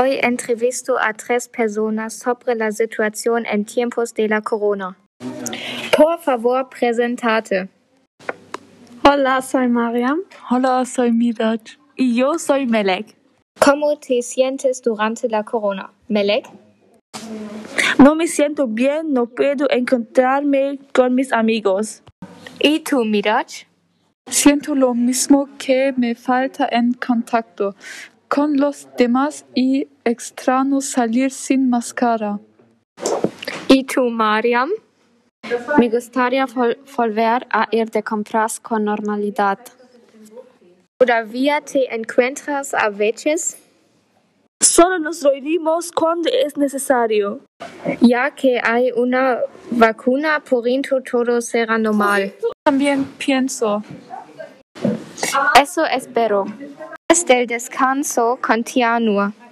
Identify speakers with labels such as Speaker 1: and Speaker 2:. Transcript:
Speaker 1: Hoy entrevisto a tres personas sobre la situación en tiempos de la corona. Por favor, presentate.
Speaker 2: Hola, soy Mariam.
Speaker 3: Hola, soy Mirat.
Speaker 4: Y yo soy Melek.
Speaker 1: ¿Cómo te sientes durante la corona? Melek?
Speaker 5: No me siento bien, no puedo encontrarme con mis amigos.
Speaker 4: ¿Y tú, Miraj?
Speaker 3: Siento lo mismo que me falta en contacto con los demás y extraño salir sin máscara.
Speaker 4: ¿Y tú, Mariam?
Speaker 2: Me gustaría vol volver a ir de compras con normalidad.
Speaker 1: ¿Todavía te encuentras a veces?
Speaker 5: Solo nos reunimos cuando es necesario.
Speaker 1: Ya que hay una vacuna, pronto todo será normal.
Speaker 3: También pienso.
Speaker 2: Eso espero.
Speaker 1: Es del descanso continua.